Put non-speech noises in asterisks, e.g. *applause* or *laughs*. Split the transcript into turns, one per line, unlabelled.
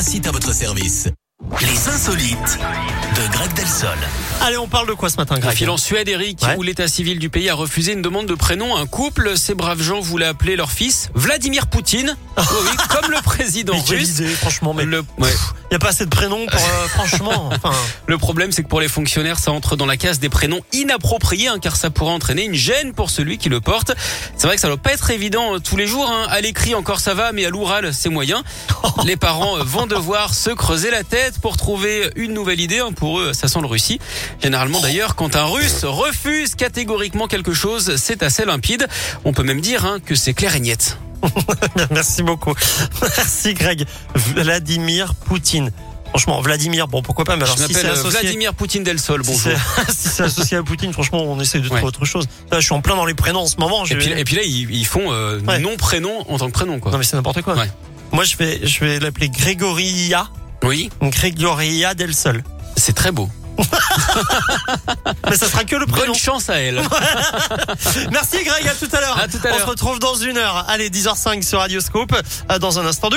site à votre service. Les insolites de Greg Delsol.
Allez, on parle de quoi ce matin,
Un
Greg
fil en Suède, Eric,
Ouais.
où l'état civil du pays a refusé une demande de prénom à un couple. Ces braves gens voulaient appeler leur fils Vladimir
*laughs*
Poutine, Oui, oui, comme le président
Mais quelle
russe.
idée, franchement, mais il
Le, ouais.
n'y a pas assez de prénoms pour.
*laughs*
euh, franchement, enfin. *laughs*
Le problème, c'est que pour les fonctionnaires, ça entre dans la case des prénoms inappropriés, hein, car ça pourrait entraîner une gêne pour celui qui le porte. C'est vrai que ça doit pas être évident euh, tous les jours. hein. À l'écrit, encore ça va, mais à l'oral, c'est
*laughs*
moyen. Les parents euh, vont devoir se creuser la tête pour trouver une nouvelle idée. hein. Pour eux, ça sent le Russie. Généralement, d'ailleurs, quand un Russe refuse catégoriquement quelque chose, c'est assez limpide. On peut même dire hein, que c'est clair et net.
Merci beaucoup. *laughs* Merci, Greg. Vladimir Poutine. Franchement, Vladimir, bon, pourquoi pas, mais Bah alors
Je
si c'est
m'appelle euh,
associé.
Vladimir Poutine Del Sol.
si
Bonjour.
c'est *laughs* si c'est associé à Poutine, franchement, on essaie de trouver
Ouais.
autre chose. Là, je suis en plein dans les prénoms en ce moment.
Et
je-
puis, et puis là, ils, ils font euh,
Ouais.
nom-prénom en tant que prénom. Quoi.
Non, mais c'est n'importe quoi.
Ouais.
Moi, je vais, je vais l'appeler Grégoria.
Oui,
Grégoria Del Sol.
c'est très beau.
Mais ça sera que le prénom.
*laughs* Bonne chance à elle.
Merci Greg, à tout à l'heure.
À tout à
On
l'heure.
se retrouve dans une heure. Allez, 10h05 sur Radioscope. Euh, Dans un instant de